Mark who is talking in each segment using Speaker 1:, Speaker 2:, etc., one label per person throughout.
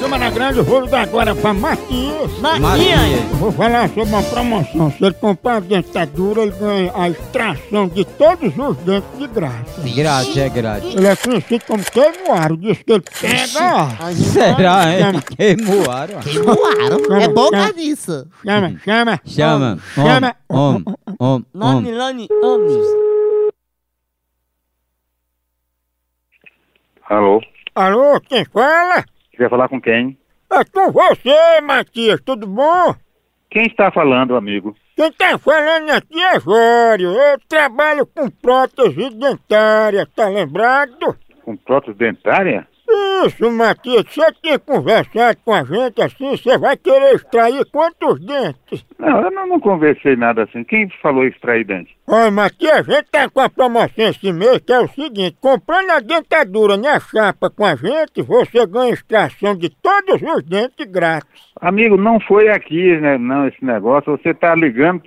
Speaker 1: Campina Grande, eu vou ligar agora pra Marquinhos.
Speaker 2: Maria.
Speaker 1: Eu Vou falar sobre uma promoção. Se ele comprar a dentadura, ele ganha a extração de todos os dentes de graça.
Speaker 3: Grátis, é grátis.
Speaker 1: Ele é conhecido como queimuário, diz que ele pega ar.
Speaker 3: Será, hein? Queimoaram.
Speaker 2: Voaram. É bom por disso.
Speaker 1: Chama, chama.
Speaker 3: Chama.
Speaker 1: Chama.
Speaker 3: Om, om, om.
Speaker 2: Nome, Lani, oh Ames.
Speaker 4: Alô?
Speaker 1: Alô, quem fala?
Speaker 4: Quer falar com quem?
Speaker 1: É com você, Matias, tudo bom?
Speaker 4: Quem está falando, amigo?
Speaker 1: Quem tá falando aqui é Jório. Eu trabalho com prótese dentária, tá lembrado?
Speaker 4: Com prótese dentária?
Speaker 1: Isso, Matias, se você tem conversado com a gente assim, você vai querer extrair quantos dentes?
Speaker 4: Não, eu não, não conversei nada assim. Quem falou extrair dente?
Speaker 1: Olha, Matias, a gente tá com a promoção esse mês que é o seguinte: comprando a dentadura na chapa com a gente, você ganha extração de todos os dentes grátis.
Speaker 4: Amigo, não foi aqui, né, não, esse negócio. Você está ligando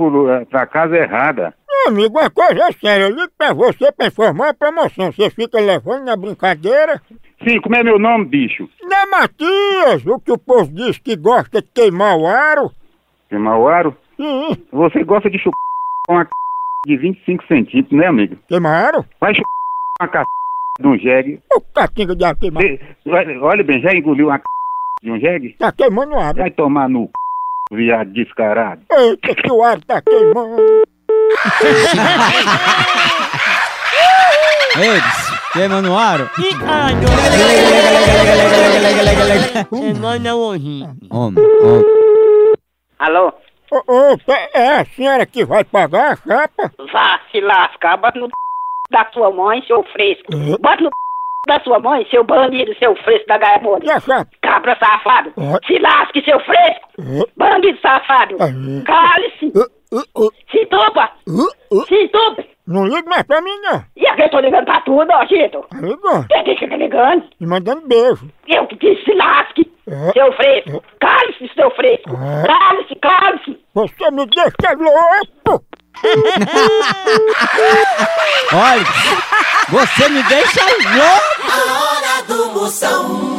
Speaker 4: para a casa errada.
Speaker 1: Meu amigo, uma coisa é séria: eu ligo pra você pra informar a promoção. Você fica levando na brincadeira.
Speaker 4: Sim, como é meu nome, bicho?
Speaker 1: Né, Matias? O que o povo diz que gosta de queimar o aro?
Speaker 4: Mauaro?
Speaker 1: Sim,
Speaker 4: Você gosta de chupar com uma c... de 25 centímetros, né, amigo?
Speaker 1: queimaram?
Speaker 4: Vai chupar uma c... de um jegue.
Speaker 1: O catinga de ar queimar.
Speaker 4: Vê- olha- Olha bem, já engoliu uma c... de um jegue?
Speaker 1: Tá queimando o aro.
Speaker 4: Vai tomar no c... viado descarado.
Speaker 1: Eita, que o aro tá queimando.
Speaker 3: Eles, queima no aro.
Speaker 2: Ricardo. É nome é Orrinho.
Speaker 3: Om, om.
Speaker 5: Alô?
Speaker 1: Ô, ô, pe- é a senhora que vai pagar a chapa?
Speaker 5: Vá se lascar, bota no da sua mãe, seu fresco. Bota no da sua mãe, seu bandido, seu fresco da
Speaker 1: E
Speaker 5: gaibona.
Speaker 1: a chapa?
Speaker 5: Cabra safado.
Speaker 1: Hã?
Speaker 5: Se lasque, seu fresco. Bandido safado.
Speaker 1: Hã?
Speaker 5: Cale-se. Se topa. Se topa.
Speaker 1: Não liga mais pra mim, não.
Speaker 5: E aqui eu tô ligando pra tudo, ó, Gito.
Speaker 1: Tá ligando?
Speaker 5: Quem é que fica ligando?
Speaker 1: E mandando beijo.
Speaker 5: Eu que disse se lasque.
Speaker 1: Hã?
Speaker 5: Seu fresco. Cale-se, seu fresco.
Speaker 1: Hã?
Speaker 5: Cale-se, cale-se.
Speaker 1: Você me deixa louco!
Speaker 3: Olha, você me deixa louco.
Speaker 6: A hora do Moção.